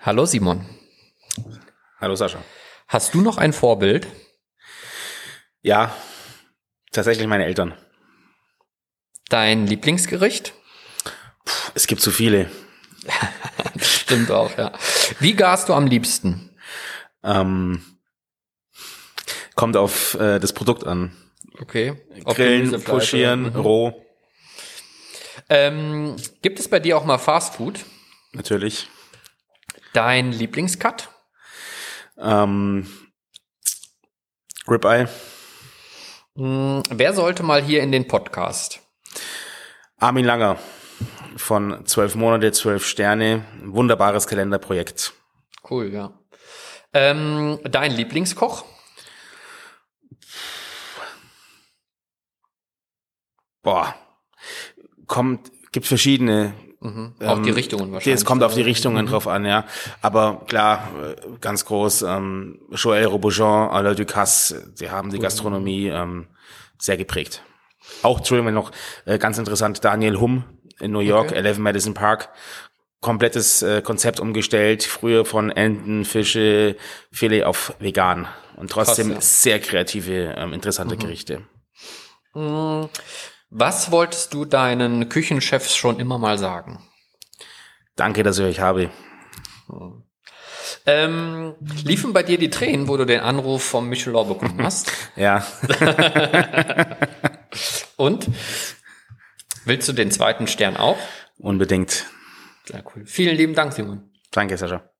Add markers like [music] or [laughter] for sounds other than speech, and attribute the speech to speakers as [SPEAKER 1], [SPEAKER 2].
[SPEAKER 1] Hallo Simon.
[SPEAKER 2] Hallo Sascha.
[SPEAKER 1] Hast du noch ein Vorbild?
[SPEAKER 2] Ja, tatsächlich meine Eltern.
[SPEAKER 1] Dein Lieblingsgericht?
[SPEAKER 2] Es gibt so viele.
[SPEAKER 1] Stimmt auch, ja. Wie garst du am liebsten?
[SPEAKER 2] Ähm, kommt auf äh, das Produkt an.
[SPEAKER 1] Okay. auf
[SPEAKER 2] Grillen,
[SPEAKER 1] Gemüsefleisch,
[SPEAKER 2] pochieren,
[SPEAKER 1] oder? Mhm.
[SPEAKER 2] roh,
[SPEAKER 1] Ähm, gibt es bei dir auch mal Fastfood?
[SPEAKER 2] natürlich.
[SPEAKER 1] Dein Lieblingscut?
[SPEAKER 2] Ähm, Ribeye.
[SPEAKER 1] Hm, wer sollte mal hier in den Podcast?
[SPEAKER 2] Armin Langer von 12 Monate, 12 Sterne. Wunderbares Kalenderprojekt.
[SPEAKER 1] Cool, ja. Ähm, dein Lieblingskoch?
[SPEAKER 2] Boah, kommt, gibt verschiedene.
[SPEAKER 1] Auch
[SPEAKER 2] Ähm,
[SPEAKER 1] die Richtungen
[SPEAKER 2] die-
[SPEAKER 1] wahrscheinlich. Mhm.
[SPEAKER 2] Es kommt auf die Richtungen drauf an, ja. Aber klar, äh, ganz groß, ähm, Joël Robuchon, Alain Ducasse, die haben die Gastronomie ähm, sehr geprägt. Auch, Entschuldigung, noch äh, ganz interessant, Daniel Hum in New York,
[SPEAKER 1] Okay.
[SPEAKER 2] 11 Madison Park. Komplettes äh, Konzept umgestellt, früher von Enten, Fische, Filet auf vegan. Und trotzdem
[SPEAKER 1] ja. Mhm.
[SPEAKER 2] sehr kreative, ähm, interessante Gerichte.
[SPEAKER 1] Hm, Was wolltest du deinen Küchenchefs schon immer mal sagen?
[SPEAKER 2] Danke, dass ich euch habe.
[SPEAKER 1] Ähm, liefen bei dir die Tränen, wo du den Anruf vom Michelin bekommen hast? [laughs]
[SPEAKER 2] Ja.
[SPEAKER 1] Und willst du den zweiten Stern auch?
[SPEAKER 2] Unbedingt.
[SPEAKER 1] Sehr cool. Vielen lieben Dank, Simon.
[SPEAKER 2] Danke, Sascha.